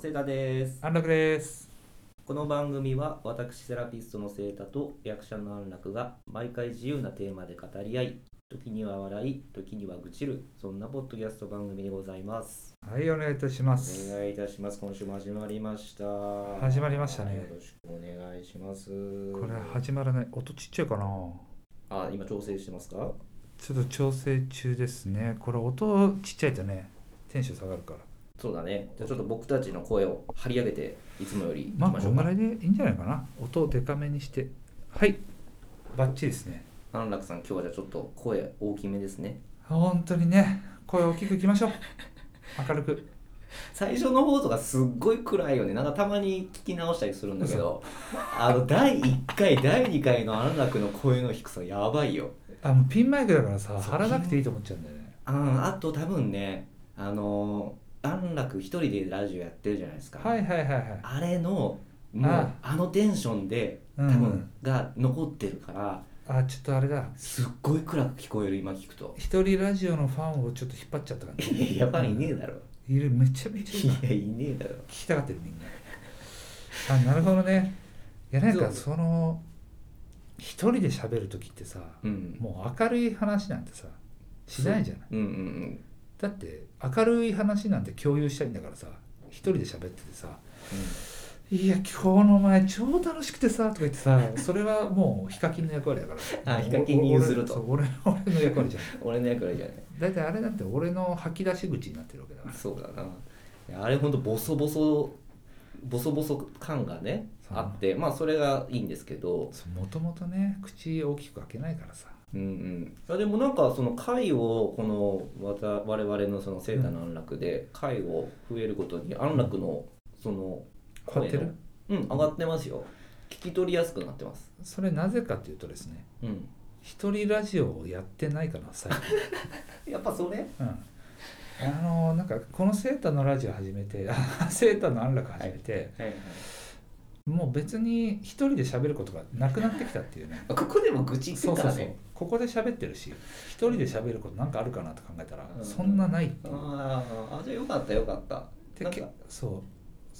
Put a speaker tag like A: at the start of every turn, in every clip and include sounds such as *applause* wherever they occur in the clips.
A: セダです
B: 安楽です。
A: この番組は私セラピストのセータと役者の安楽が毎回自由なテーマで語り合い時には笑い時には愚痴るそんなポッドキャスト番組でございます
B: はい、お願いいたしま
A: お
B: す。
A: 願いいたします今週も始まりました
B: 始まりましたね
A: よろしくお願いします
B: これ始まらない。音ちっちゃいかな。
A: あ今調整してますか
B: ちょっと調整中ですね。これ音ちっちゃいとね、テンション下がるから。
A: そうだねじゃあちょっと僕たちの声を張り上げていつもよりいき
B: まあ、
A: まし
B: こ
A: ょ
B: ん
A: う
B: ぐ
A: から
B: いでいいんじゃないかな。音をデカめにして。はい。バッチリですね。
A: 安楽さん今日はじゃあちょっと声大きめですね
B: 本当にね、声大きくいきましょう。明るく。
A: 最初の方とかすっごい暗いよねなんかたまに聞き直したりするんだけどあの第1回第2回の安楽の声の低さやばいよ
B: あ、もうピンマイクだからさ、
A: そう
B: 貼らなくていいと思っちゃうんだよね。
A: ああと多分ねあの安楽一人でラジオやってるじゃないですか、
B: はいはいはいはい。
A: あれのもうあ
B: あ
A: のテンションで多
B: うん
A: 分が残ってるから
B: あ、ちょっとあれだ。
A: すっごい暗く聞こえる今聞く
B: *laughs*
A: と
B: 一人ラジオのファンをちょっと引っ張っちゃった感じ。
A: いややばいねえだろ
B: いる、めちゃめちゃい
A: い
B: るな。
A: やいねえだろ
B: 聞きたがってるみんなあなるほどねいやなんか
A: そ
B: その一人で喋る時ってさ
A: うん
B: もう明るい話なんてさしないじゃない
A: うんうんうん
B: だって明るい話なんて共有したいんだからさ一人で喋っててさ「いや今日の前超楽しくてさ」とか言ってさそれはもうヒカキンの役割だから
A: *laughs* あヒカキンに譲ると
B: そう俺俺の役割じゃん
A: うん俺の役割じゃない
B: 大体あれだって俺の吐き出し口になってるわけだから
A: そうだないやあれほんとボソボソボソボソ感がね
B: そう
A: あってまあそれがいいんですけど
B: そうもともとね口大きく開けないからさ
A: うんうんいやでもなんかその回をこのわた我々のそのセータの安楽で回を増えることに安楽のその
B: 変わって
A: 声の
B: る
A: うん上がってますよ聞き取りやすくなってます
B: それなぜかというとですね
A: うん
B: 一人ラジオをやってないから最
A: *laughs*
B: 近、
A: やっぱそれ
B: うんあのなんかこのセータのラジオ始めてあセータの安楽始めて、
A: はいはい
B: もう別に一人で喋ることがなくなってきたっていうね
A: ここでも愚痴言って
B: そ
A: る
B: う
A: か
B: そう
A: ら
B: そう
A: ね
B: ここで喋ってるし一人で喋ることなんかあるかなと考えたら、
A: うん
B: そんなないっていう
A: あーあじゃあよかったよかった
B: で
A: なん
B: け
A: か
B: そ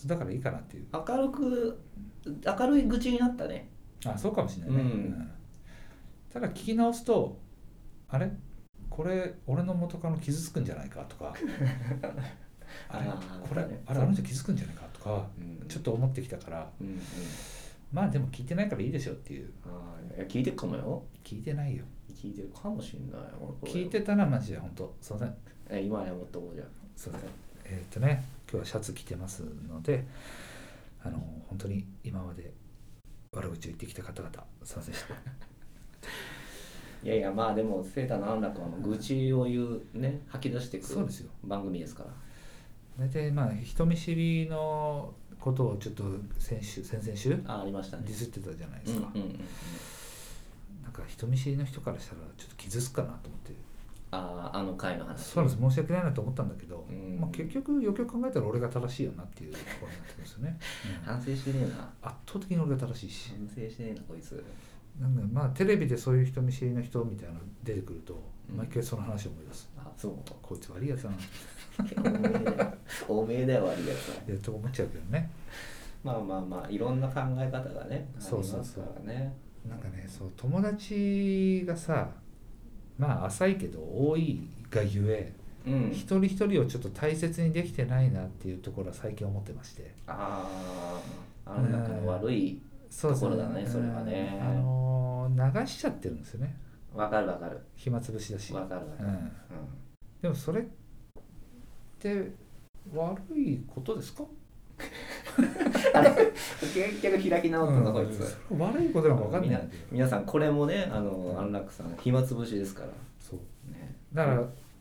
B: うだからいいかなっていう
A: 明るく明るい愚痴になったね
B: あそうかもしれないね、
A: うん
B: ただ聞き直すとあれこれ俺の元カノ傷つくんじゃないかとかあれ
A: あー
B: これ
A: そうね
B: あれあの人傷つくんじゃないかとかちょっ
A: と、
B: と思ってきたから
A: うんうん、
B: まあでも聞いてないからいいでしょっていう
A: あーいや聞いてるかもよ
B: 聞いてないよ
A: 聞いてるかもしんない俺これ
B: 聞いてたらマジで本当すいません
A: え今謝っとこうじゃん
B: すいませんえーっとね今日はシャツ着てますのであの本当に今まで悪口を言ってきた方々すいません *laughs* でした
A: いやいやまあでもセーターの安楽はもう愚痴を言うね吐き出してく
B: そうですよ
A: 番組ですから
B: 大体まあ人見知りのことをちょっと先週先々週デ
A: あありましたね
B: ィスってたじゃないで
A: うんう
B: す
A: んう
B: か、
A: んうん
B: なんか人見知りの人からしたらちょっと傷つくかなと思って
A: あああの回の話
B: そうなんです申し訳ないなと思ったんだけど、
A: うん
B: まあ、結局よくよく考えたら俺が正しいよなっていうところになってくるんですよ
A: *laughs*
B: ね、うん
A: 反省してねえな
B: 圧倒的に俺が正しいし
A: 反省してねえなこいつ
B: なんでまあテレビでそういう人見知りの人みたいなの出てくると
A: うん
B: 毎回その話を思い出す、
A: あそう
B: こいつ悪いやつだなっ
A: おめえだよおめえだよ悪いやつは
B: てと思っちゃうけどね
A: まあまあまあいろんな考え方がねあり
B: そうそう
A: ます
B: そう
A: からね
B: なんかねそう友達がさまあ浅いけど多いがゆえ、
A: うん
B: 一人一人をちょっと大切にできてないなっていうところは最近思ってまして
A: ああ安楽の悪い
B: そうそう
A: ところだねそれはね
B: うんあのー流しちゃってるんですよね
A: わかるわかる
B: 暇つぶしだし、
A: わかるわか
B: う
A: る、
B: ん、でもそれって悪いことですか
A: うん、結局開き直ったな、こいつ
B: うん悪いことなのか分かんないんだけど
A: 皆さんこれもねあの
B: うん
A: 安楽さん暇つぶしですから
B: そう
A: ね
B: だから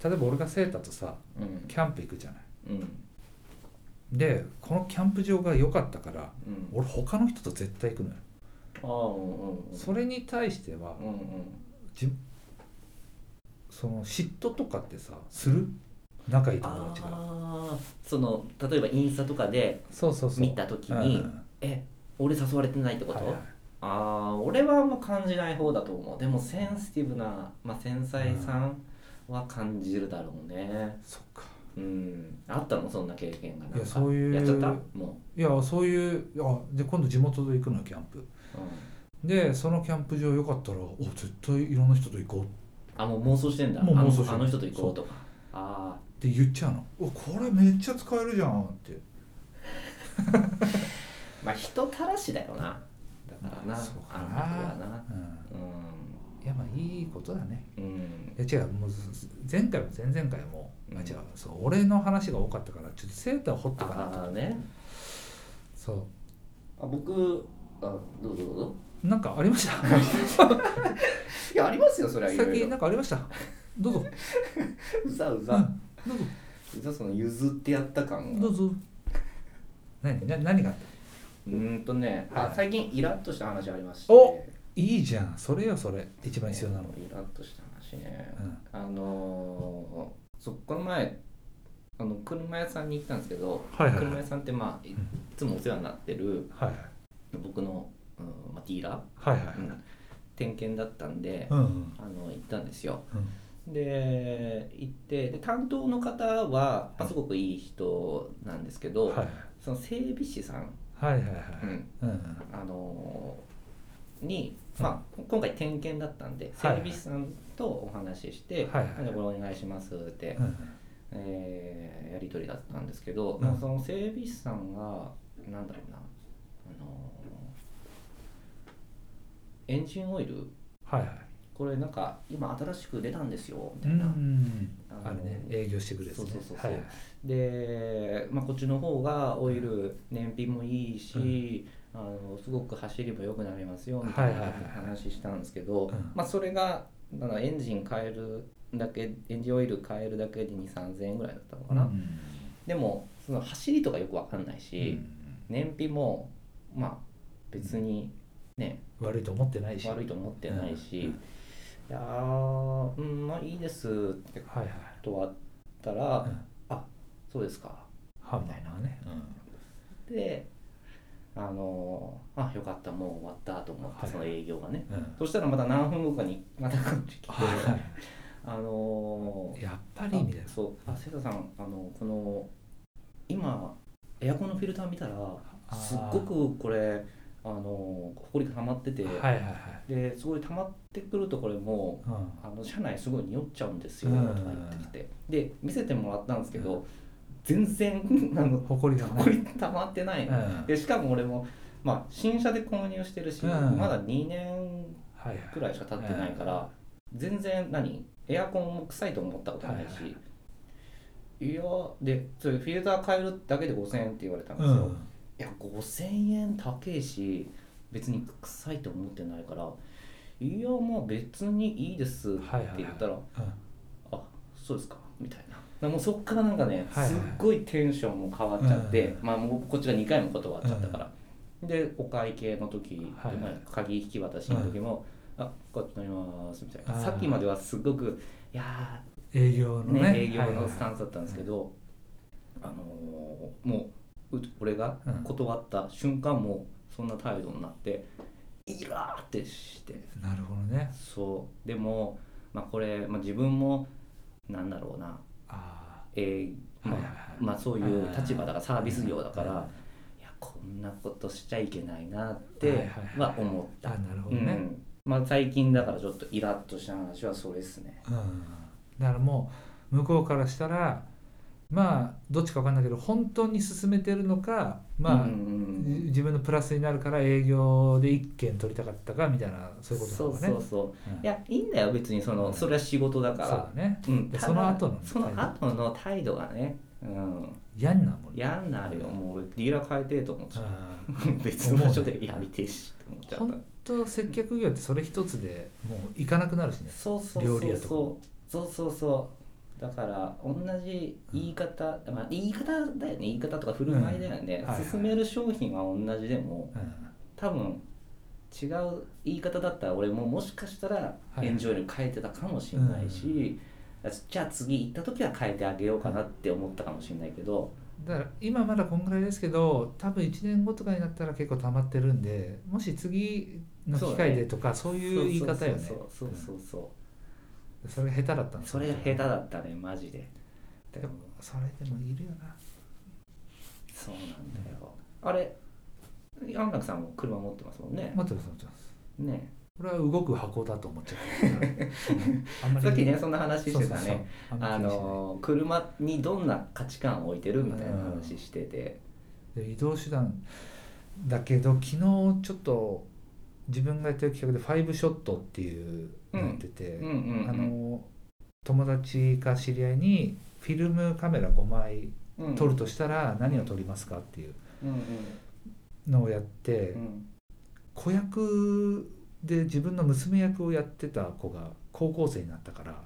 B: 例えば俺がセータとさ
A: うん
B: キャンプ行くじゃない
A: うん
B: でこのキャンプ場が良かったから
A: うん
B: 俺他の人と絶対行くのよ
A: ああうんうんうん
B: それに対しては
A: うんうん
B: じその嫉妬とかってさする仲いい友
A: あ
B: 達が
A: あその例えばインスタとかで
B: そうそうそう
A: 見た時に
B: うん
A: え俺誘われてないってこと、
B: はいはい
A: ああ俺はもう感じない方だと思うでもセンシティブな、まあ、繊細さんは感じるだろうね
B: そっか
A: うんあったのそんな経験がなんか
B: いやそういう
A: やっちゃったも
B: いやそういうあで今度地元で行くのよキャンプ
A: う、うん、
B: でそのキャンプ場よかったらお絶対いろんな人と行こうっ
A: あもう妄想してんだ
B: もう
A: あの
B: 妄想してる
A: あの人と行こうとかあ
B: て言っちゃうのおこれめっちゃ使えるじゃんって
A: あまあ人たらしだよなだからな
B: そうかな
A: あの子はな
B: う
A: う
B: んいやまあいいことだね
A: んうん
B: いや違うもうず前回も前々回も、
A: うん
B: あ違うそう俺の話が多かったからちょっとセーター掘ったかなと
A: ああね
B: そ
A: あ僕あどうぞどうぞ
B: うなんかありました *laughs*
A: いやありますよそれはいろ
B: 最
A: い
B: 近な
A: ろ
B: んかありましたどうぞ
A: うざう
B: う
A: ざ
B: んどうぞ
A: うざその譲ってやった感が
B: どうぞ何な何があった
A: うーんとね、
B: は
A: あ
B: い
A: 最近イラッとした話ありまして
B: おいいじゃんそれよそれ一番必要なの、
A: イラッとした話ね
B: うん、
A: あのー、そこの前あの車屋さんに行ったんですけど、
B: はいはいはい
A: 車屋さんってまあいっつもお世話になってる
B: はい
A: 僕の、うんまあ、ディーラ
B: はいはいは
A: ー、うん点検だったんで、
B: うんうん
A: あの行ったんですよ
B: うん
A: で行ってで担当の方は、まあ、すごくいい人なんですけど、
B: はい
A: その整備士さん、
B: はいはいはい
A: うん
B: うんうん
A: あのーに、まあ、今回点検だったんで整
B: はい
A: 備士さんとお話しして「
B: はいはい
A: なんでこれお願いします」って、
B: うん
A: えーやり取りだったんですけど、
B: うん
A: まあその整備士さんがなんだろうな、あのーエンジンオイル
B: はいはい
A: これなんか今新しく出たんですよみ
B: う
A: たいな。
B: ん
A: あの
B: あれね営業してくれるやつね
A: そうそうそうそう
B: はいはい
A: で、まあ、こっちの方がオイル燃費もいいし、あのすごく走りも良くなりますよみたいな
B: はいはいはい
A: 話したんですけど、
B: うん
A: まあ、それがあのエンジン変えるだけエンジンオイル変えるだけで2 3 0 0 0円ぐらいだったのかな、
B: うん
A: でもその走りとかよく分かんないし、燃費もまあ別にね、
B: うん悪いと思ってないし
A: 悪いと思ってないし、
B: うん
A: いやーうんまあいいですって
B: はいはい
A: 断ったら、
B: うん
A: あそうですか
B: はみたいなね
A: であのあよかったもう終わったと思って、
B: はい
A: その営業がね
B: うんうん
A: そしたらまた何分後かにまた感じ来て
B: はいはい
A: あの
B: やっぱりみたいな
A: あそうあ瀬田さんあのこの今エアコンのフィルター見たら
B: あー
A: すっごくこれあのほこりが溜まってて、
B: はいはいはい
A: ですごい溜まってくるとこれも
B: うん
A: あの車内すごい匂っちゃうんですよ
B: うん
A: とか言ってきてで見せてもらったんですけど、全然 *laughs* あの
B: 誇りが
A: ほこり溜まってないの
B: うんはい
A: でしかも俺も、まあ、新車で購入してるし、
B: うん
A: まだ2年
B: はい
A: くらいしか経ってないから、全然何エアコンも臭いと思ったことないし、
B: はい
A: い、やでそれフィルター変えるだけで5000円って言われたんで
B: う
A: すよ、いや
B: ん
A: 5000円高えし別に臭いと思ってないからいやまあ別にいいですって
B: はいはいはい
A: 言ったら、
B: うん
A: あそうですかみたいな。でもうそっからなんかね、
B: はいはい
A: すっごいテンションも変わっちゃって、
B: うん
A: まあもうこっちが2回も断っちゃったから、でお会計の時、
B: はいはい
A: まあ鍵引き渡しの時も「あこっちになります」みたいな
B: あー
A: さっきまではすごく「いや
B: 営業
A: ー、
B: の
A: ね
B: ね
A: 営業のスタ
B: ン
A: ンスだったんですけど、あのーもうう俺が断った瞬間もうそんな態度になってイラーってして。
B: スなるほどね
A: そうでも、まあ、これ、まあ、自分もなんだろうな、
B: あ
A: えー
B: あ
A: ま
B: は
A: あ
B: いはいはい
A: まあ、そういう立場だからサービス業だから、
B: はいはい
A: いやこんなことしちゃいけないなっ
B: はいは
A: て
B: いはい
A: は思った、
B: あなるほ
A: う
B: どね、
A: んまあ、最近だからちょっとイラッとした話はそれですね
B: うんだからもう向こうからしたらまあどっちか分かんないけど本当に進めてるのかまあ、
A: うんうん
B: 自分のプラスになるから営業で1件取りたかったかみたいなそういうこと
A: そうそ
B: なのかね
A: うそう
B: うん
A: いやいいんだよ別にその、
B: うん
A: それは仕事だか
B: そ
A: ら
B: うだね
A: うん、
B: で
A: ただ
B: その後の態度
A: その後の態度がね、うん、
B: 嫌になるもんね
A: 嫌になるよもう俺ディーラー変えてえと思っちゃう
B: うん
A: *laughs* 別の場所でやりてえしって思っちゃっ
B: 本当接客業ってそれ一つでもう行かなくなるしね
A: たそうそう
B: 料
A: そ
B: 理
A: う
B: 屋とかも
A: そうそうそうそうだから同じ言い方、まあ、言い方だよね言い方とか振る舞いだよね、
B: うんはいはい
A: 進める商品は同じでも
B: うん
A: 多分違う言い方だったら俺ももしかしたら
B: い
A: エンジョイル変えてたかもしれないし、じゃあ次行った時は変えてあげようかなって思ったかもしれないけど、
B: だから今まだこんぐらいですけど多分1年後とかになったら結構溜まってるんでもし次の機会でとかそう,、いう言い方よね
A: そうそうそうそうそうそうそう
B: うんそれが下手だったんです
A: それが下手だったねマジでだよ
B: それでもいるよな
A: そうなんだよあれ安楽さんも車持ってますもんね
B: 待ってます待ってます
A: ね
B: これは動く箱だと思っちゃった、うんあんまり
A: さっきねそんな話してたね
B: そうそうそうあんまり
A: あ
B: 気にしない
A: の車にどんな価値観を置いてるみたいな話してて、
B: で移動手段だけど昨日ちょっと自分がやってる企画で「ファイブショット」っていう
A: うん
B: のやってて、
A: うんうんうん
B: あの友達か知り合いにフィルムカメラ5枚
A: うん
B: 撮るとしたら何を撮りますかっていう
A: うんうん
B: のをやって、
A: うん
B: 子役で自分の娘役をやってた子が高校生になったから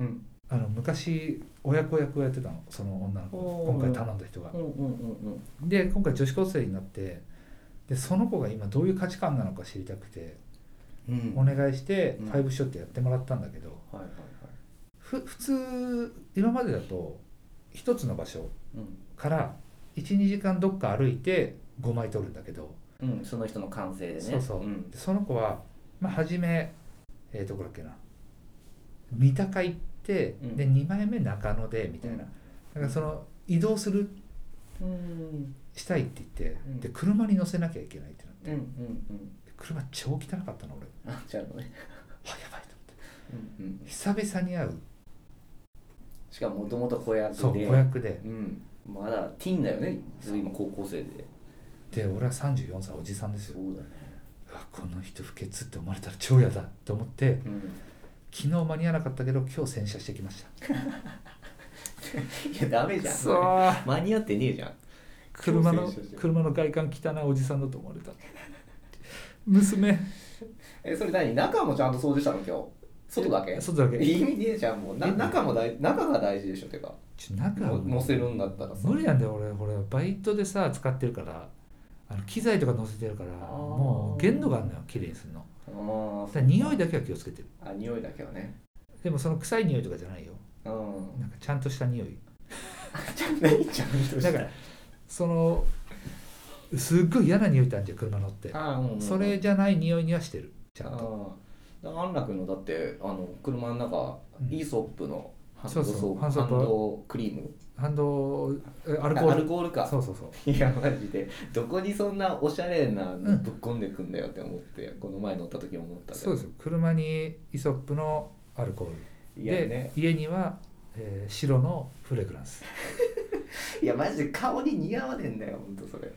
A: うん
B: あの昔親子役をやってたのその女の子
A: おー
B: 今回頼んだ人が
A: うんうんうん
B: で今回女子高生になってでその子が今どういう価値観なのか知りたくて、
A: うん
B: お願いして
A: うん
B: ファイブショットやってもらったんだけど、
A: はいはいはい
B: ふ普通今までだと一つの場所
A: う
B: から12時間どっか歩いて5枚撮るんだけど
A: ん、うん、その人の感性でね
B: そうそう
A: うん
B: でその子は、まあ、初めえー、どこだっけな三鷹行って、
A: うん
B: で2枚目中野でみたいな、だからその移動する
A: うんうん
B: したいって言って、
A: うん
B: で車に乗せなきゃいけないってなっ
A: うんう
B: て、
A: ん
B: 車超汚かったの俺
A: あちゃんとね、
B: あやばいと思って
A: うんうん、
B: 久々に会う
A: しかももともと子役で
B: そう子役で
A: うん、まだティーンだよね今高校生で
B: で俺は34歳おじさんですよ
A: そうだね
B: うわこの人不潔って思われたら超嫌だと思って
A: うん
B: 昨日間に合わなかったけど今日洗車してきました
A: いやダメじゃん
B: そう
A: 間に合ってねえじゃん
B: 車
A: 今
B: の
A: 日洗車してる
B: 車の外観汚いおじさんだと思われた娘
A: えそれ何中もちゃんと掃除したの今日外だけ
B: 外だけ
A: 意味ねえじゃんもうな
B: え
A: 中も大中が大事でしょてか
B: ちょ中
A: の乗せるんだったらさ
B: 無理なんだよ俺俺バイトでさ使ってるからあの機材とか乗せてるから
A: あー
B: もう限度があるのよ綺麗にするの
A: あー
B: だから匂いだけは気をつけてる
A: あ匂いだけはね
B: でもその臭い匂いとかじゃないよ
A: うん
B: なんかちゃんとした匂い
A: じゃあ何ちゃんと
B: だからそのすっごい嫌な匂いってあるじゃん車乗って
A: あーうん
B: それじゃない匂いにはしてるちゃんと
A: あー安楽のだってあの車の中、
B: うん
A: イーソップのハン
B: そ
A: ド
B: うそう
A: ソープ
B: ハンドソープ
A: ハンドクリーム
B: ハンドえア
A: ア
B: ルコール
A: か
B: そうそうそ
A: *laughs*
B: う
A: いやマジでどこにそんなおしゃれなのぶっ込んでくんだよって思って、この前乗った時思ったけ
B: そ
A: ど
B: うですよ車にイソップのアルコール
A: いや
B: で、
A: ね
B: 家には、えー白のフレグランス
A: いやマジで顔に似合わねえんだよほんとそれ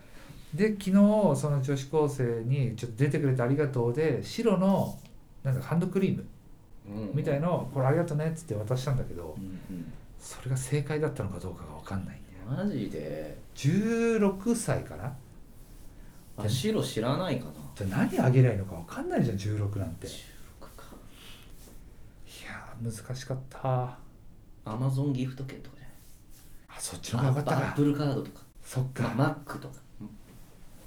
B: で昨日その女子高生に「ちょっと出てくれてありがとう」で白のなんかハンドクリーム
A: うん
B: みたいのを「これありがとうね」っつって渡したんだけど
A: うんうん
B: それが正解だったのかどうかが分かんないんだよ
A: マジで
B: 16歳かな
A: あ白知らないかな
B: じゃあ何あげりゃいいのか分かんないじゃん16なんてい
A: 16か
B: やー難しかったあ
A: アマゾンギフト券とかじゃない
B: そっちの方が分かった
A: アッ
B: か
A: プルカードとか、
B: そっか、
A: まあ、マックとか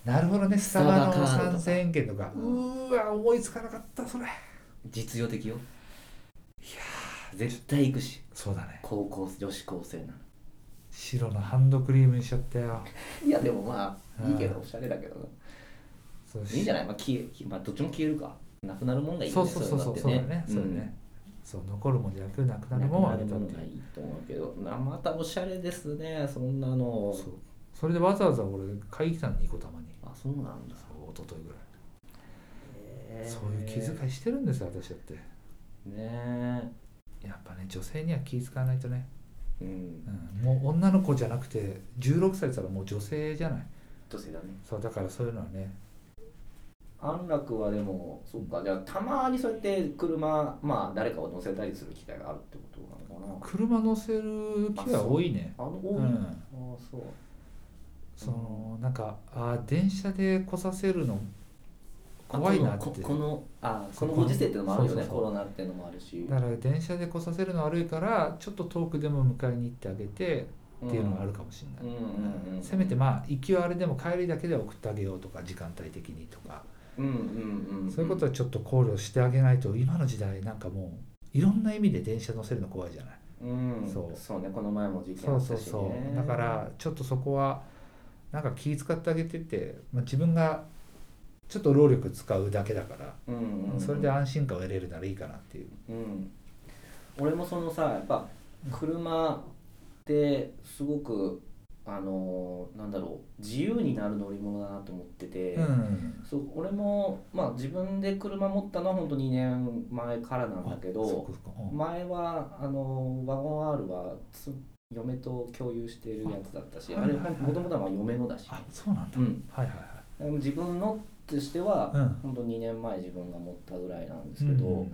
B: なるほどねスタバの
A: スタバカードとか
B: 3000円券とか
A: う
B: うんーわ思いつかなかったそれ
A: 実用的よいや絶対行くし
B: そうだね
A: 高校女子高生なの
B: 白のハンドクリームにしちゃったよ
A: いやでもまあいいけ
B: う
A: ど
B: ん
A: おしゃれだけどな
B: そう
A: いいんじゃないまあ消えまあどっちも消えるかなくなるもんがいいよ
B: そう
A: ね
B: そうそうそうそう
A: い
B: だ
A: のだっ
B: ね
A: て
B: そうだね、そう残るもんじゃなくなく
A: う
B: なん
A: な
B: るもんをあ
A: く
B: げ
A: な
B: た
A: るも
B: っ
A: の
B: て
A: が
B: い
A: いういと思うけどなまたおしゃれですねそんなの
B: そうそれでわざわざ俺買いに来たのにこたまに
A: あそうなんだ
B: そう一昨日ぐら
A: へ
B: い
A: え
B: そういう気遣いしてるんですよ私だって
A: ね
B: やっぱね女性には気遣わないとね、
A: えう
B: うんん、もう女の子じゃなくて16歳だったらもう女性じゃない
A: 女性だね
B: そうだからそういうのはね
A: 安楽はでもそっかじゃあたまにそうやって車まあ誰かを乗せたりする機会があるってことなのか
B: 車乗せる機会多いね
A: なあの
B: う
A: 多いな、あ
B: ん
A: あそう
B: そのなんかあー電車で来させるの怖いな
A: あ
B: っ
A: この
B: て
A: ここのあこ
B: そう
A: のご時世ってのもあるよね
B: そうそうそう
A: コロナってのもあるし
B: だから電車で来させるの悪いからちょっと遠くでも迎えに行ってあげてっていうのがあるかもしれ
A: うん
B: ない、
A: うんうんうん
B: せめてまあ行きはあれでも帰りだけでは送ってあげようとか時間帯的にとか、
A: うんうんうんん
B: そういうことはちょっと考慮してあげないと今の時代なんかもういろんな意味で電車乗せるの怖いじゃない、
A: うんそ
B: そうう
A: ねこの前も事件
B: そ
A: あ
B: う
A: った
B: そう
A: し、ね、
B: そうだからちょっとそこはなんか気遣ってあげてて、まあ、自分がちょっと労力使うだけだから、
A: うんうんうん
B: それで安心感を得れるならいいかなっていう
A: うん俺もそのさやっぱ車ってすごくあのなんだろう自由になる乗り物だなと思ってて、
B: うん
A: そう俺も、まあ、自分で車持ったのは本当2年前からなんだけ
B: あそ
A: ど
B: っかそっかうん
A: 前はあのワゴン R はつ嫁と共有してるやつだったし
B: あ
A: あれ
B: はいはいはい
A: もともとは嫁のだし、
B: あそうなんだ、
A: うん、
B: はいはいはい
A: でも自分のとしては、
B: うん
A: 本当2年前自分が持ったぐらいなんですけど、
B: うん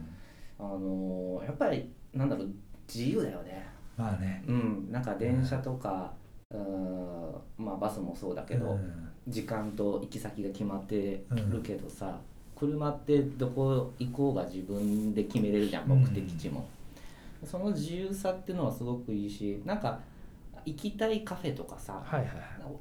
A: あのやっぱりなんだろう自由だよね
B: まあね
A: うんなんか電車とか、うんまあ、バスもそうだけど、
B: うん
A: 時間と行き先が決まってるけどさ、車ってどこ行こうが自分で決めれるじゃん
B: うん
A: 目的地も、その自由さっていうのはすごくいいしなんか行きたいカフェとかさ
B: はいはいは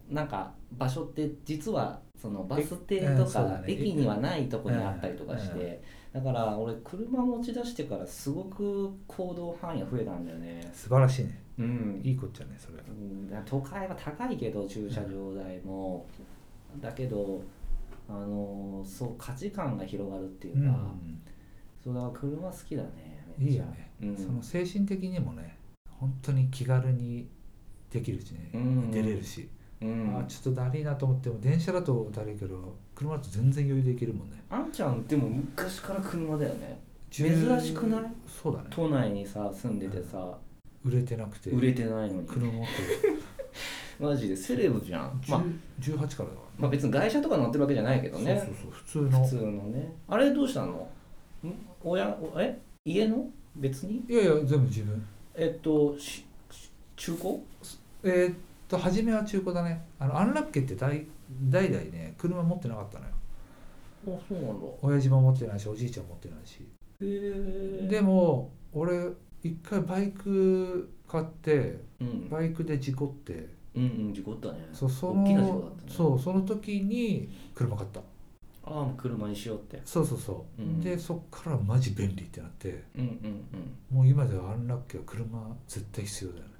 B: い
A: なんか場所って実はそのバス停
B: えう
A: と
B: んそうだ
A: か
B: ね
A: 駅にはないとこにあったりとかし
B: うんう
A: てだから俺車持ち出してからすごく行動範囲が増えたんだよね
B: 素晴らしいね
A: うん
B: いいこっちゃねそれ
A: うん都会は高いけど駐車場代も、だけどあのそう価値観が広がるっていうか、そうだから車好きだね
B: うん
A: めっ
B: いい
A: ちゃ
B: よね、
A: うん
B: その精神的にもね本当に気軽にできるしね、
A: うん
B: 出れるし、
A: うん
B: あーちょっとだるいなと思っても電車だとだるいけど車だと全然余裕でいけるもんね
A: あんちゃんでも昔から車だよね珍しくない
B: そうだね
A: 都内にさ住んでてさ、
B: 売れてなくて
A: 売れてないのに
B: 車持って
A: マジでセレブじゃん、まあ、
B: 10 18からだから、
A: まあ別に外車とか乗ってるわけじゃないけどね
B: そうそうそう普通の
A: 普通のねあれどうしたのん親おえ家の別に
B: いやいや全部自分
A: えっとしし中古
B: えーっと初めは中古だねあのアンラッキーって代代々ね車持ってなかったのよ
A: あそうなんだ
B: 親父も持ってないしおじいちゃんも持ってないし
A: へえ
B: でも俺一回バイク買って
A: うん、
B: バイクで事故って
A: うんうん事故ったね
B: そうそ
A: 大きな事故だ
B: の
A: ったね
B: そうその時に車買った
A: ああもう車にしようって
B: そうそうそう、
A: うん
B: でそっからマジ便利ってなって
A: うんうんうん
B: もう今ではアンラッキーは車絶対必要だよね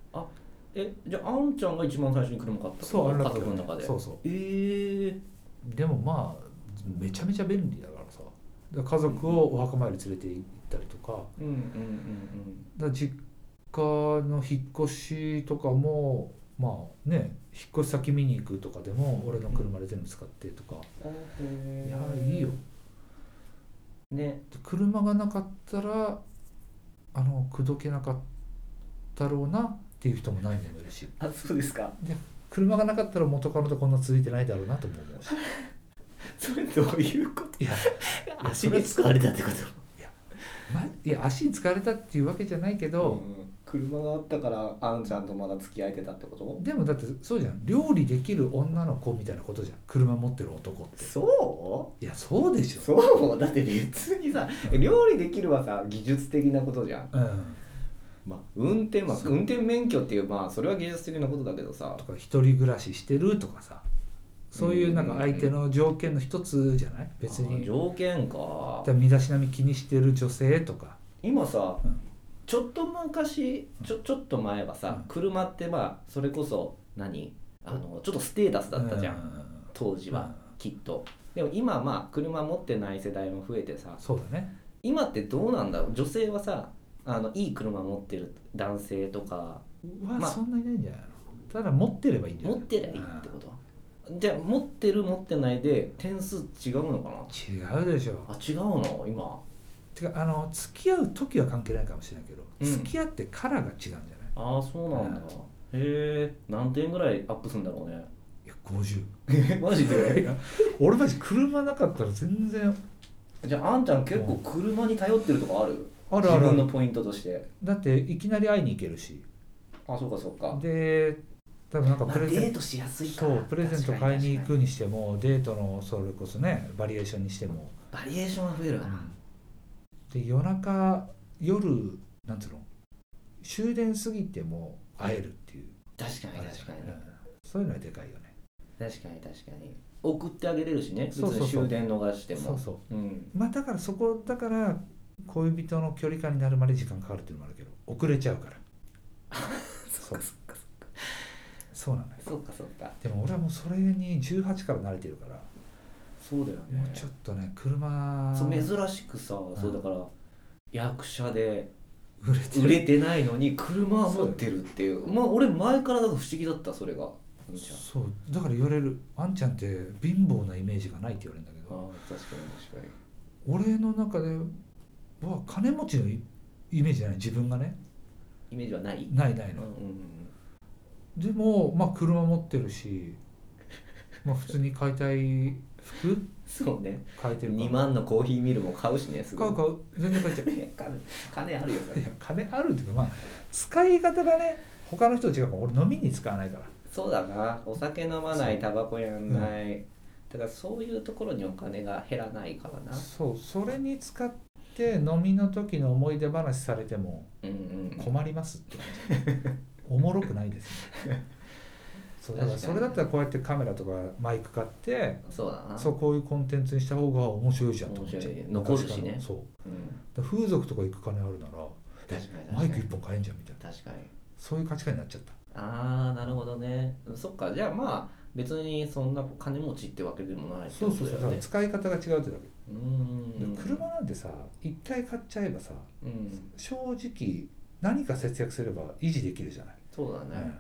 A: えじゃああんちゃんが一番最初に車買った
B: そうアン
A: 家
B: ラッキ
A: 族
B: ーは
A: の中
B: ね
A: で
B: そうそう
A: ええ
B: でもまあめちゃめちゃ便利だからさだから家族をお墓参り連れて行ったりとかだか
A: うんうん
B: ら実家の引っ越しとかもまあね引っ越し先見に行くとかでも俺の車で全部使ってとか、
A: うんうん
B: いやいいよ
A: ね
B: で車がなかったらあの口どけなかったろうなっていう人も何人もいるし
A: あそうですか *laughs*
B: 車がなかったら元カノとこんな続いてないだろうなとも思うし
A: それどういうこと
B: いや
A: 足に使われたってこと
B: まいや足に疲れたっていうわけじゃないけど、
A: ん、車があったからあんちゃんとまだ付き合えてたってこと
B: でもだってそうじゃん料理できる女の子みたいなことじゃん車持ってる男って
A: そう
B: いやそうでしょ
A: そうだって別にさ料理できるはさ技術的なことじゃん
B: うん
A: まあ、運転まあ
B: そう
A: 運転免許っていうまあそれは技術的なことだけどさ
B: とか一人暮らししてるとかさそういうなんか相手の条件の一つじゃない別
A: あ
B: にだか
A: 条件から
B: 身だしなみ気にしてる女性とか
A: 今さ、
B: うん
A: ちょっと昔ちょちょっと前はさ、
B: うん
A: 車ってまあそれこそ何あのちょっとステータスだったじゃん、
B: ん
A: 当時は、きっとでも今まあ車持ってない世代も増えてさ
B: そうだね
A: 今ってどうなんだろう女性はさあのいい車持ってる男性とか
B: は、
A: まあ
B: そんなにないんじゃないのただ持ってればいいんじゃな
A: 持
B: い
A: ってりゃいいってこと、じゃあ持ってる持ってないで点数違うのかな
B: うん違うでしょ
A: あ違うの今
B: てかあの付き合う時は関係ないかもしれないけど、
A: うん
B: 付き合ってからが違うんじゃない
A: ああそうなんだ、
B: うん
A: へえ何点ぐらいアップするんだろうね
B: いや50
A: マジ
B: いや *laughs* 俺たち車なかったら全然
A: *laughs* じゃああんちゃん結構車に頼ってるとかある
B: あるあ
A: 自分の
B: る
A: ポイントとして
B: だっていきなり会いに行けるし
A: あそうかそうか、
B: で多分なんか
A: まあ
B: プレゼン
A: ートしやす
B: ト、そうプレゼント買いに行くにしてもデートのそれこそねバリエーションにしても、
A: バリエーションは増えるわな、
B: で夜中夜なんつうの終電過ぎても会えるっていう
A: 確かに
B: あれ
A: 確かに、
B: うんそういうのはでかいよね
A: 確かに確かに送ってあげれるしね別
B: そうそう
A: に
B: そう
A: 終電逃しても、
B: そうそう
A: ん、
B: まあだからそこだから恋人の距離感になるまで時間かかるっていうのもあるけど遅れちゃうから
A: *laughs* そっかそっか
B: そうなのよ
A: そっかそっか
B: でも俺はもうそれに18から慣れてるから
A: そうだよ
B: もうちょっとね車
A: そう珍しくさ、
B: ん
A: そうだから役者で
B: 売れて
A: 売
B: る
A: れてないのに車は持ってるっていうまあ俺前からだから不思議だったそれがうんちゃん
B: そうだから言われるあんちゃんって貧乏なイメージがないって言われるんだけど
A: あ確かに確か
B: 俺の中では金持ちのイイメージじゃない自分がね
A: にイメージはない
B: ないないのでもまあ車持ってるしまあ普通に買いたい服
A: そうね
B: 買えてるから
A: 2万のコーヒーミルも買うしねす
B: 買う買う全然買えちゃう
A: いや金金あるよそ
B: い
A: れ
B: や金あるっていうかまあ使い方がね他の人と違うから俺飲みに使わないから
A: *laughs* そうだなお酒飲まないタバコやんない、だからそういうところにお金が減らないからな
B: そうそれに使って飲みの時の思い出話されても
A: うんうん
B: 困りますって感じおもろくないですねそうだから
A: 確かに
B: それだったらこうやってカメラとかマイク買って
A: そうだな
B: そうこういうコンテンツにした方が面白いじゃんと思っちゃう
A: 面白い残るしね
B: 昔からそう
A: うん、
B: だから風俗とか行く金あるなら
A: 確かに
B: マ
A: 確か
B: イク
A: に
B: 1本買えんじゃんみたいな
A: 確かに
B: そういう価値観になっちゃった
A: ああなるほどねそっかじゃあまあ別にそんな金持ちってわけでもないって
B: そう
A: こ
B: そ
A: と
B: う
A: だよ
B: そうだから
A: ね
B: 使い方が違うってだけ
A: うーん
B: 車なんてさ一回買っちゃえばさ
A: うん
B: 正直何か節約すれば維持できるじゃない、
A: そうだね、
B: うん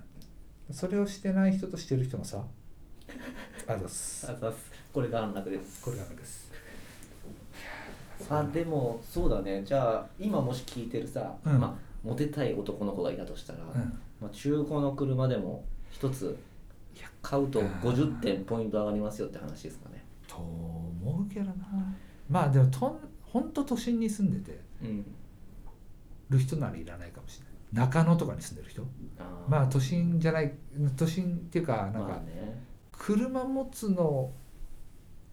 B: それをしてない人としてる人のさあざっ
A: あ
B: す
A: ざっすこれが安楽です
B: これがあれです
A: あでもそうだねじゃあ今もし聞いてるさ、
B: うん
A: まあ、モテたい男の子がいたとしたら、
B: うん
A: まあ、中古の車でも一つ買うと50点ポイント上がりますよって話ですかね
B: と思うけどなまあでもとんほんと都心に住んでて
A: うん
B: る人ならいらないかもしれない中野とかに住んでる人
A: あー
B: まあ都心じゃない都心っていうかなん
A: まあ
B: か
A: ね
B: 車持つの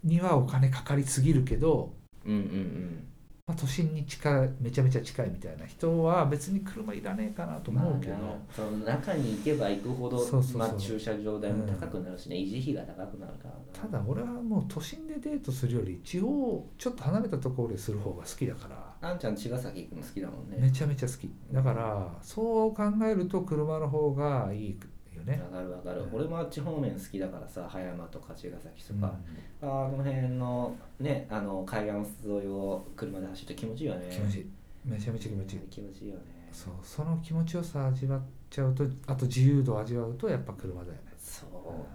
B: にはお金かかりすぎるけど
A: うんうんうん
B: まあ、都心に近いめちゃめちゃ近いみたいな人は別に車いらねえかなと思うけど、
A: まあねその中に行けば行くほど
B: そうそうそう
A: まあ、駐車場代も高くなるしね、維持費が高くなるからな
B: ただ俺はもう都心でデートするより地方ちょっと離れたところでする方が好きだから
A: あんちゃん茅ヶ崎行くの好きだもんね
B: めちゃめちゃ好きだからそう考えると車の方がいいよね、
A: わかるわかる、
B: うん
A: 俺もあっち方面好きだからさ葉山とか茅ヶ崎と
B: うん
A: か、あの辺のねあの海岸沿いを車で走ると気持ちいいよね
B: 気持ちいいめちゃめちゃ気持ちいい
A: 気持ちいいよね
B: そうその気持ちよさ味わっちゃうとあと自由度を味わうとやっぱ車だよね、
A: そう
B: う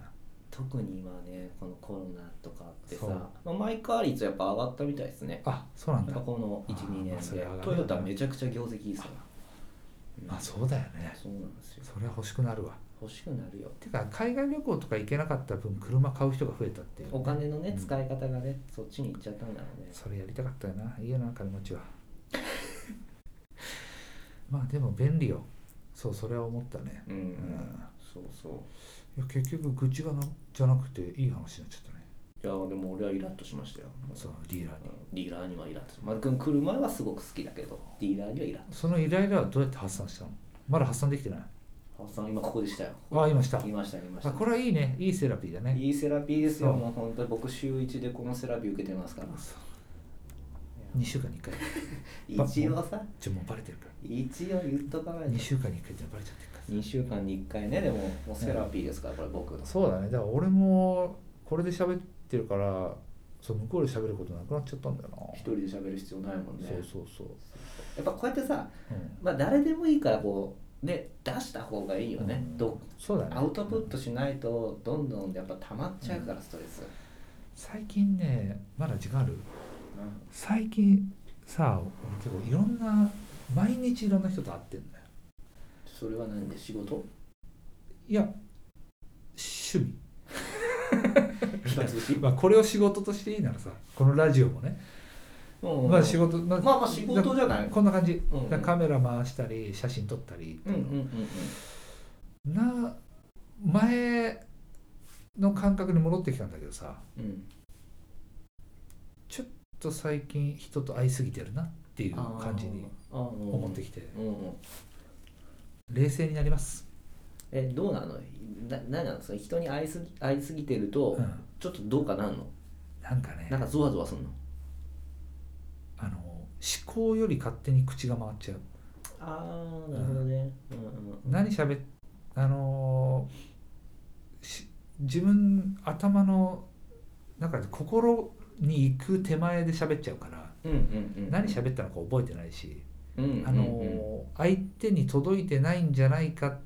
A: 特に今ねこのコロナとかってさ
B: そう、
A: まあ、マイカー率やっぱ上がったみたいですね
B: んあそうなん
A: やっ
B: だ
A: ぱこの
B: あー
A: 12
B: まあそ
A: 年
B: れ
A: で
B: 上がるよ
A: ト
B: ね
A: ヨタめちゃくちゃ業績いいさ
B: まあそうだよね
A: そうなんですよ
B: それは欲しくなるわ
A: 欲しくなるよ
B: てか海外旅行とか行けなかった分車買う人が増えたっていう
A: お金のね
B: うん
A: 使い方がねそっちに行っちゃったんだろうね
B: それやりたかったよないいよな金持ちは *laughs* まあでも便利よそうそれは思ったね
A: うん、
B: ん
A: そうそう
B: いや結局愚痴がなじゃなくていい話になっちゃったね
A: いやでも俺はイラッとしましたよ
B: そうディーラーに
A: ディーラーにはイラッとするまあでも車はすごく好きだけどディーラーにはイラッ
B: そのイライラはどうやって発散したのまだ発散できてない
A: とさん今ここでしたよ
B: ああいました
A: いましたいました
B: あこれはいいねいいセラピーだね
A: いいセラピーですよ
B: そう
A: もう本当に僕週1でこのセラピー受けてますから
B: 2週間に1回
A: 一応さ
B: ちょもうバレてるから
A: 一応言っとかない
B: 2
A: と
B: 週間に1回ってバレちゃってるから
A: 2週間に1回ねでももうセラピーですからこれ僕の
B: そうだねだから俺もこれで喋ってるからそう向こうで喋ることなくなっちゃったんだよな
A: 一人で喋る必要ないもんね
B: そうそうそう、
A: やっぱこうやってさ
B: うん
A: まあ誰でもいいからこうね出した方がいいよね、
B: うん
A: ど
B: そうだね
A: アウトプットしないとどんどんやっぱ溜まっちゃうからストレス、
B: 最近ねまだ時間ある最近さ俺結構いろんな毎日いろんな人と会ってんだよ
A: それは何で仕 *laughs* 事
B: いや趣味
A: 私
B: まあこれを仕事としていいならさこのラジオもね、まあ仕事ま
A: まあまあ仕事じゃない
B: こんな感じ、
A: うんうん
B: だからカメラ回したり写真撮ったり
A: うんうんうんうん
B: な前の感覚に戻ってきたんだけどさ
A: うん
B: ちょっと最近人と会いすぎてるなっていう感じに思
A: 思
B: ってきて
A: うんうん、
B: 冷静になります、
A: えどうなのな何なんですか人に会いすぎ会いすぎてると、
B: うん、
A: ちょっとどうかなんの
B: なんかね
A: なんかゾワゾワすんの
B: あの思考より勝手に口が回っちゃう
A: ああ
B: なるほど
A: ね、うんうん
B: 何しゃべっあのーし自分頭の中で心に行く手前で喋っちゃうから
A: うんうんうん
B: 何喋ったのか覚えてないし
A: うん
B: あの
A: うんうん
B: 相手に届いてないんじゃないかっ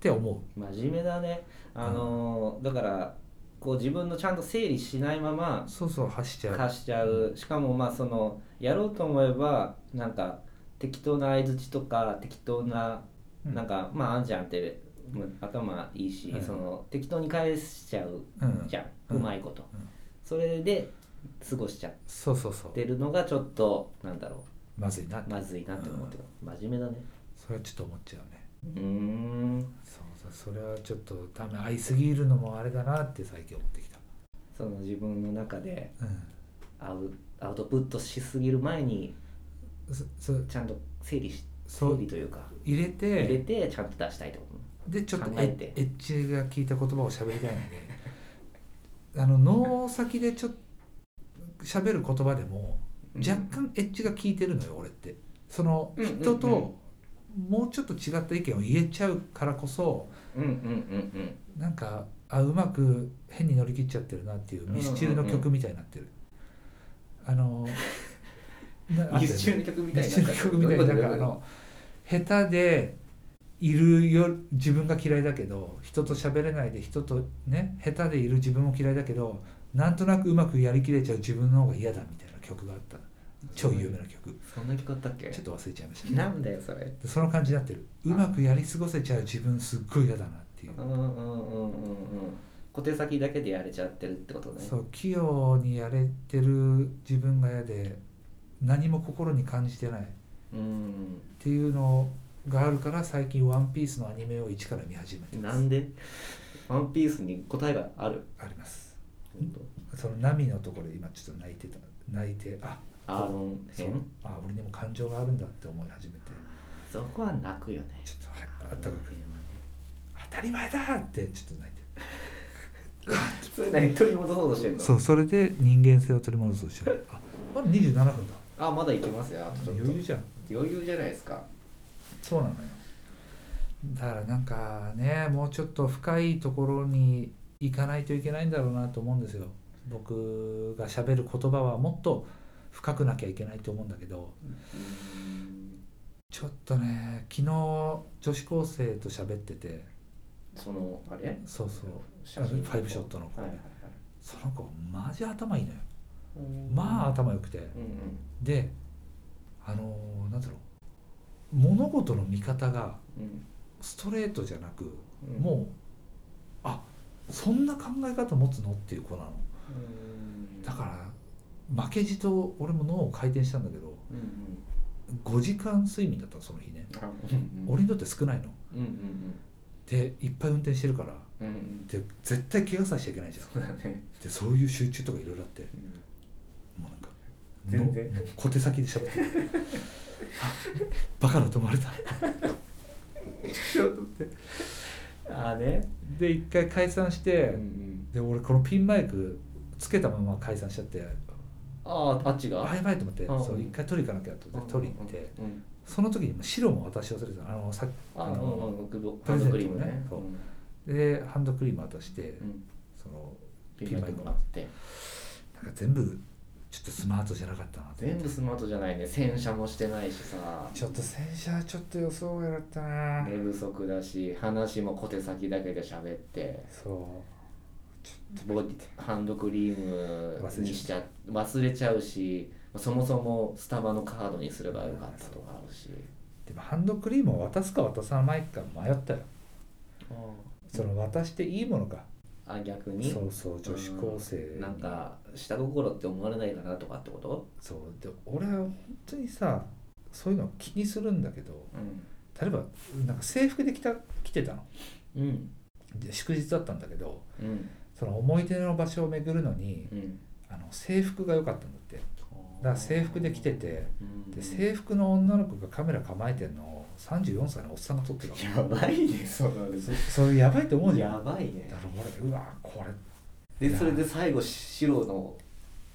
B: て思
A: 真面目だねあのーだからこう自分のちゃんと整理しないまま
B: うそうそう走っちゃう
A: 貸しちゃうしかもまあそのやろうと思えばなんか適当な相づちとか適当な
B: うん
A: なんかまああんじゃんってうん頭いいし、
B: うん
A: その適当に返しちゃう
B: うん
A: じゃん、う
B: うん
A: まいこと、
B: うん
A: それで過ごしちゃっ
B: そうそうそう
A: てるのがちょっとなんだろ
B: まずいな
A: うまずいなって思ってる、真面目だね
B: それはちょっと思っちゃうね
A: うーん
B: そうそうそれはちょっとダメ合いすぎるのもあれだなって最近思ってきた、
A: その自分の中で
B: うん、
A: アウアウトプットしすぎる前に
B: そそ
A: ちゃんと整理し
B: そ
A: 整
B: う
A: 理というか
B: 入れて
A: 入れてちゃんと出したいってこと
B: でちょっと
A: 考
B: エ
A: え
B: ッ
A: て
B: エッチが効いた言葉を喋りたいので *laughs* あの脳先でちょっと喋る言葉でも若干エッジが効いてるのよ俺ってその
A: うんうんうん
B: 人ともうちょっと違った意見を言えちゃうからこそ
A: うんうんうん
B: なんかあうまく変に乗り切っちゃってるなっていうミスチルの曲みたいになってる、
A: *laughs*
B: あ
A: う
B: の
A: ん。ミスチルの曲みたい
B: ミ
A: な。
B: スチルの曲みたいになんかあの下手でいるよ自分が嫌いだけど人と喋れないで人とね下手でいる自分も嫌いだけどなんとなくうまくやりきれちゃう自分の方が嫌だみたいな曲があった超有名な曲
A: そんな曲あったっけ
B: ちょっと忘れちゃいましたけど
A: なんだよ、それ。
B: でその感じになってるうまくやり過ごせちゃう自分すっごい嫌だなっていう
A: うんうんうんうんうん。小手先だけでやれちゃってるってことね。
B: そう器用にやれてる自分が嫌で何も心に感じてないっ
A: うん。
B: ていうのがあるから最近「ワンピースのアニメを一から見始めてま
A: な
B: す
A: んでワンピースに答えがある。
B: あります
A: ほんと
B: その波のところで今ちょっと泣いてた泣いてあ
A: アーロン
B: そう
A: 編
B: あ俺にも感情があるんだって思い始めて
A: そこは泣くよね。
B: ちょっとはいあったかく当たり前だってちょっと泣いて
A: それ何取り戻そうとしてんの
B: そうそれで人間性を取り戻すとしてるあまだ27分だ
A: あ、まだいけますよ。あとちょっと
B: 余裕じゃん
A: 余裕じゃないですか。
B: そうなのよだからなんかねもうちょっと深いところに行かないといけないんだろうなと思うんですよ僕が喋る言葉はもっと深くなきゃいけないと思うんだけど
A: うん
B: ちょっとね昨日女子高生と喋ってて
A: その、あれ
B: そうそう
A: 写真
B: あファイブショットの子
A: はいはい
B: その子マジ頭いいのよ
A: はい。
B: まあ頭良くて
A: うんうん。
B: であのーなんだろう物事の見方が
A: うん
B: ストレートじゃなく
A: うん
B: もうあそんな考え方持つのっていう子なの
A: うん
B: だから負けじと俺も脳を回転したんだけど
A: うんうん
B: 5時間睡眠だったのその日ね
A: あうんうん
B: 俺にとって少ないの
A: うんうん
B: でいっぱい運転してるから
A: うんうんうん
B: で絶対怪我させちゃいけないじゃん
A: そうだ
B: *laughs*
A: ね
B: でそういう集中とかいろいろあってもうなんか
A: 全然
B: の小手先でしゃべって
A: *laughs*
B: あバカだと思われた
A: ああね
B: で一回解散して、
A: うんうん
B: で俺このピンマイクつけたまま解散しちゃって
A: あああっちが
B: あやばいと思って
A: うん
B: そう一回取り行かなきゃと思って取り行って
A: うん
B: その時にもう白も渡し忘れてたのあのさ
A: あ
B: あ
A: うん
B: の
A: うんグボ
B: プ
A: ハン
B: レゼン
A: ド
B: ト
A: ク
B: ね
A: リームね
B: そうんでハンドクリーム渡して
A: うん
B: その
A: ピンマイクもらって
B: なんか全部ちょっとスマートじゃなかったなと思っ
A: 全
B: て
A: 部スマートじゃないね洗車もしてないしさ
B: ちょっと洗車ちょっと予想外だったな
A: 寝不足だし話も小手先だけで喋って
B: そう
A: ボディハンドクリーム
B: 忘れちゃう
A: にしちゃ忘れちゃうしそもそもスタバのカードにすればよかったとかあるし
B: でもハンドクリームを渡すか渡さないか迷ったよその渡していいものか
A: あ逆に
B: そうそう女子高生
A: う
B: に
A: んなんか下心って思われないかなとかってこと
B: そうで俺は本当にさそういうの気にするんだけど
A: う
B: 例えばなんか制服で着た着てたの
A: んうん
B: で祝日だったんだけど
A: うん
B: その思い出の場所を巡るのに
A: うん
B: あの制服が良かったんだってだから制服で着てて
A: うん
B: で制服の女の子がカメラ構えてんのを34歳のおっさんが撮ってるわけ
A: やばいねその
B: そそれやばいと思うじゃ
A: や
B: ん
A: ばいね
B: だから俺うわこれ
A: でそれで最後白の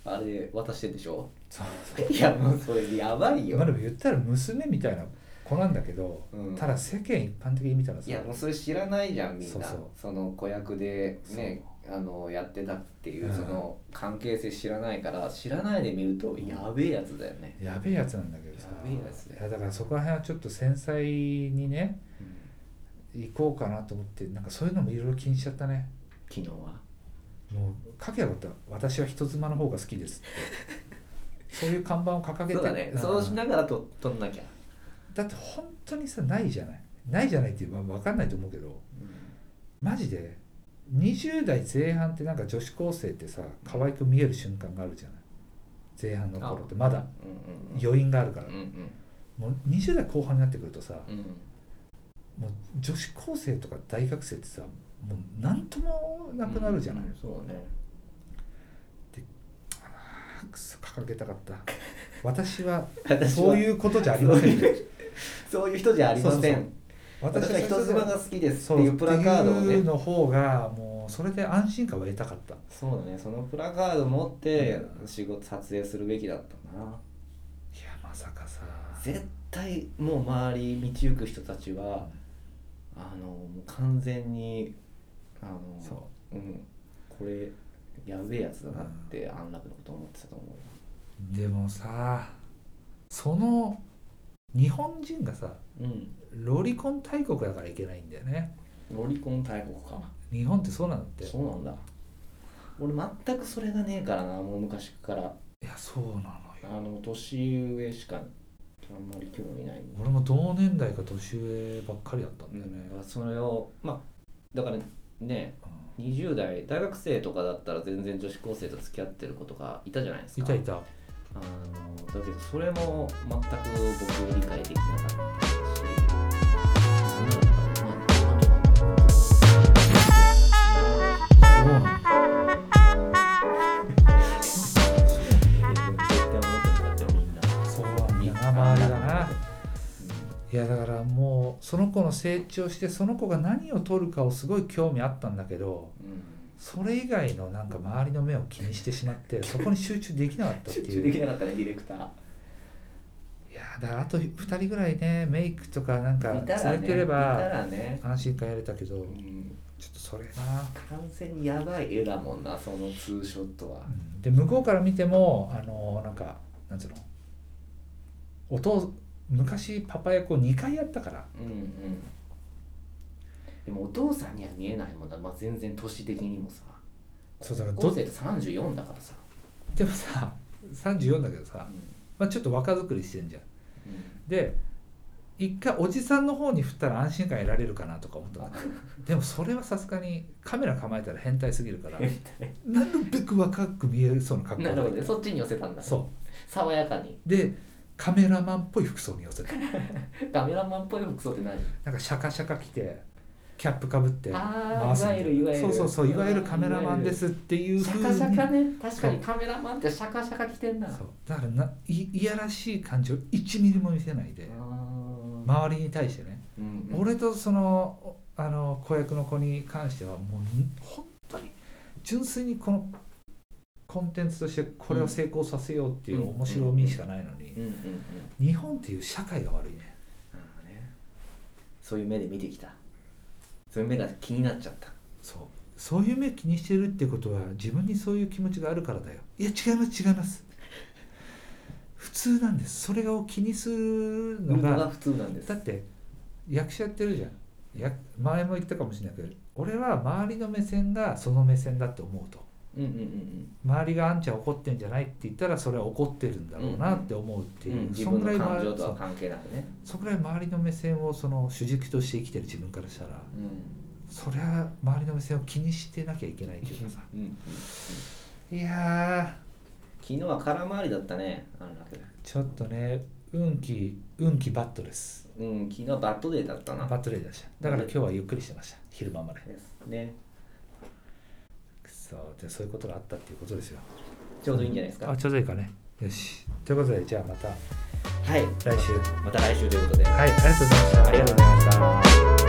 A: あれ渡してんでしょ *laughs*
B: そう
A: いやもうそれやばいよ、
B: まあでも言ったら娘みたいな子なんだけど
A: うん
B: ただ世間一般的に見たらさ
A: いやもうそれ知らないじゃんみんな
B: そうそう
A: その子役でねあのやってたっていううんその関係性知らないから知らないで見るとやべえやつだよね、
B: やべえやつなんだけどさ
A: やべえやつだ
B: い
A: よ
B: やだからそこら辺はちょっと繊細にね行こうかなと思ってなんかそういうのもいろいろ気にしちゃったね
C: 昨日は
B: もう書けばよかった「私は人妻の方が好きです」ってそういう看板を掲げて
A: そうだね、
B: ん
A: そうしながらと撮んなきゃ、
B: だって本当にさないじゃないないじゃないっていうか分かんないと思うけどマジで20代前半ってなんか女子高生ってさ可愛く見える瞬間があるじゃない前半の頃ってまだ
A: うんうん
B: 余韻があるから
A: うんうん
B: もう20代後半になってくるとさ
A: うん
B: もう女子高生とか大学生ってさもう何ともなくなるじゃない、
A: うんそうね
B: あくそ掲げたかった私は
A: 私は *laughs*
B: そういうことじゃありません
A: そうそういう人じゃありません
B: そう
A: 私は人妻が好きですって
B: そう
A: い
B: いう
A: プラカードを
B: ってい
A: ね
B: うの方がもうそれで安心感を得たかった
A: そうだねそのプラカード持って仕事撮影するべきだったない
B: やまさかさ
A: 絶対もう周り道行く人たちはあのもう完全にあの、
B: そう
A: ん、これやべえやつだなって安楽のこと思ってたと思
B: でもさその日本人がさ
A: ううん
B: ロリコン大国だからいけないんだよね
A: ロリコン大国か
B: 日本ってそうなんだってい
A: そうなんだ俺全くそれがねえからなもう昔から
B: やそうなのよ
A: あの年上しかあんまり興味ない
B: 俺も同年代か年上ばっかりだったん
A: う
B: だよね、
A: ん、それをまあだからね
B: う
A: 20代大学生とかだったら全然女子高生と付き合ってる子とかいたじゃないです
B: ん、い
A: か
B: たいた
A: あのだけどそれも全く僕理解できなかったし *laughs* 絶対思ってた
B: そうなんだ
A: ってみんな
B: そうなんだな周りだないやだからもうその子の成長してその子が何を取るかをすごい興味あったんだけどそれ以外のなんか周りの目を気にしてしま
A: *laughs*
B: ってそこに集中できなかったっ
A: 集
B: てい
A: 中
B: う
A: できなかったねディレクター
B: いやだからあと2人ぐらいねメイクとかなんか
A: いた
B: さ
A: ら
B: れ
A: ね
B: てれ
A: いた
B: ば
A: らね、
B: 安心感やれたけど、
A: うん、
B: ちょっとそれな、
A: 完全にやばい絵だもんなそのツーショットは
B: うんで向こうから見てもあのなんかなんつうのお父昔パパ役を2回やったから
A: うんうんでもお父さんには見えないもんだ、まあ、全然年的にもさ
B: そうだから
A: 高
B: ど
A: 校生って34だからさ、
B: でもさ34だけどさ、まあ、ちょっと若作りしてんじゃんで一回おじさんの方に振ったら安心感得られるかなとか思った
A: *laughs*
B: のでもそれはさすがにカメラ構えたら変態すぎるから
A: 変
B: なるべく若く見えるそうな格好
A: なるほど
B: で
A: ねそっちに寄せたんだ
B: そ
A: 爽やかに
B: うでカメラマンっぽい服装に寄せた
A: カメラマンっぽい服装って何
B: なんかシャカシャカ着てキャップかぶって
A: あー
B: 回すみた
A: いわゆるいわゆる
B: そうそうそういわゆるカメラマンですっていう
A: シャ
B: ふう
A: カ
B: に
A: シャカね確かに
B: そう
A: カメラマンってシャカシャカ着てんな
B: そうだからないいやらしい感じを1ミリも見せないで
A: あー
B: 周りに対してね
A: うんうん
B: 俺とそのおあの子役の子に関してはもうん本当に純粋にこのコンテンツとしてこれを成功させようっていう
A: うん
B: 面白みしかないのに
A: うんうんうん
B: 日本っていう社会が悪いね
A: なるほどねそういう目で見てきたそういう目が気になっちゃった
B: そうそういう目気にしてるってことは自分にそういう気持ちがあるからだよいや違います違います普通なんですそれを気にするの
A: の
B: が
A: が普通なんです
B: だって役者やってるじゃんや前も言ったかもしれないけど俺は周りの目線がその目線だって思うと
A: うんうんうん
B: 周りがあんちゃん怒ってんじゃないって言ったらそれは怒ってるんだろうなって思うって
A: う
B: い
A: ん
B: う、
A: うん自
B: そん
A: 分
B: ぐらい
A: の
B: 周
A: 感情
B: り
A: とは
B: そう
A: 関係なくね
B: そんぐらい周りの目線をその主軸として生きてる自分からしたら
A: うん
B: そりゃ周りの目線を気にしてなきゃいけないっていうかさ
A: うんうん
B: いや
A: 昨日は空回りだったねあんなけど
B: ーちょっとね運気運気バットです
A: うん昨日はバッドデーだったな
B: バットレイでしただから今日はゆっくりしてました昼間まで
A: ですね
B: そうでそういうことがあったっていうことですよ
A: ちょうどいいんじゃないですか
B: あちょうどいいかねよしということでじゃあまた
A: はい
B: 来週
A: また来週ということで
B: はいありがとうございました
A: ありがとうございました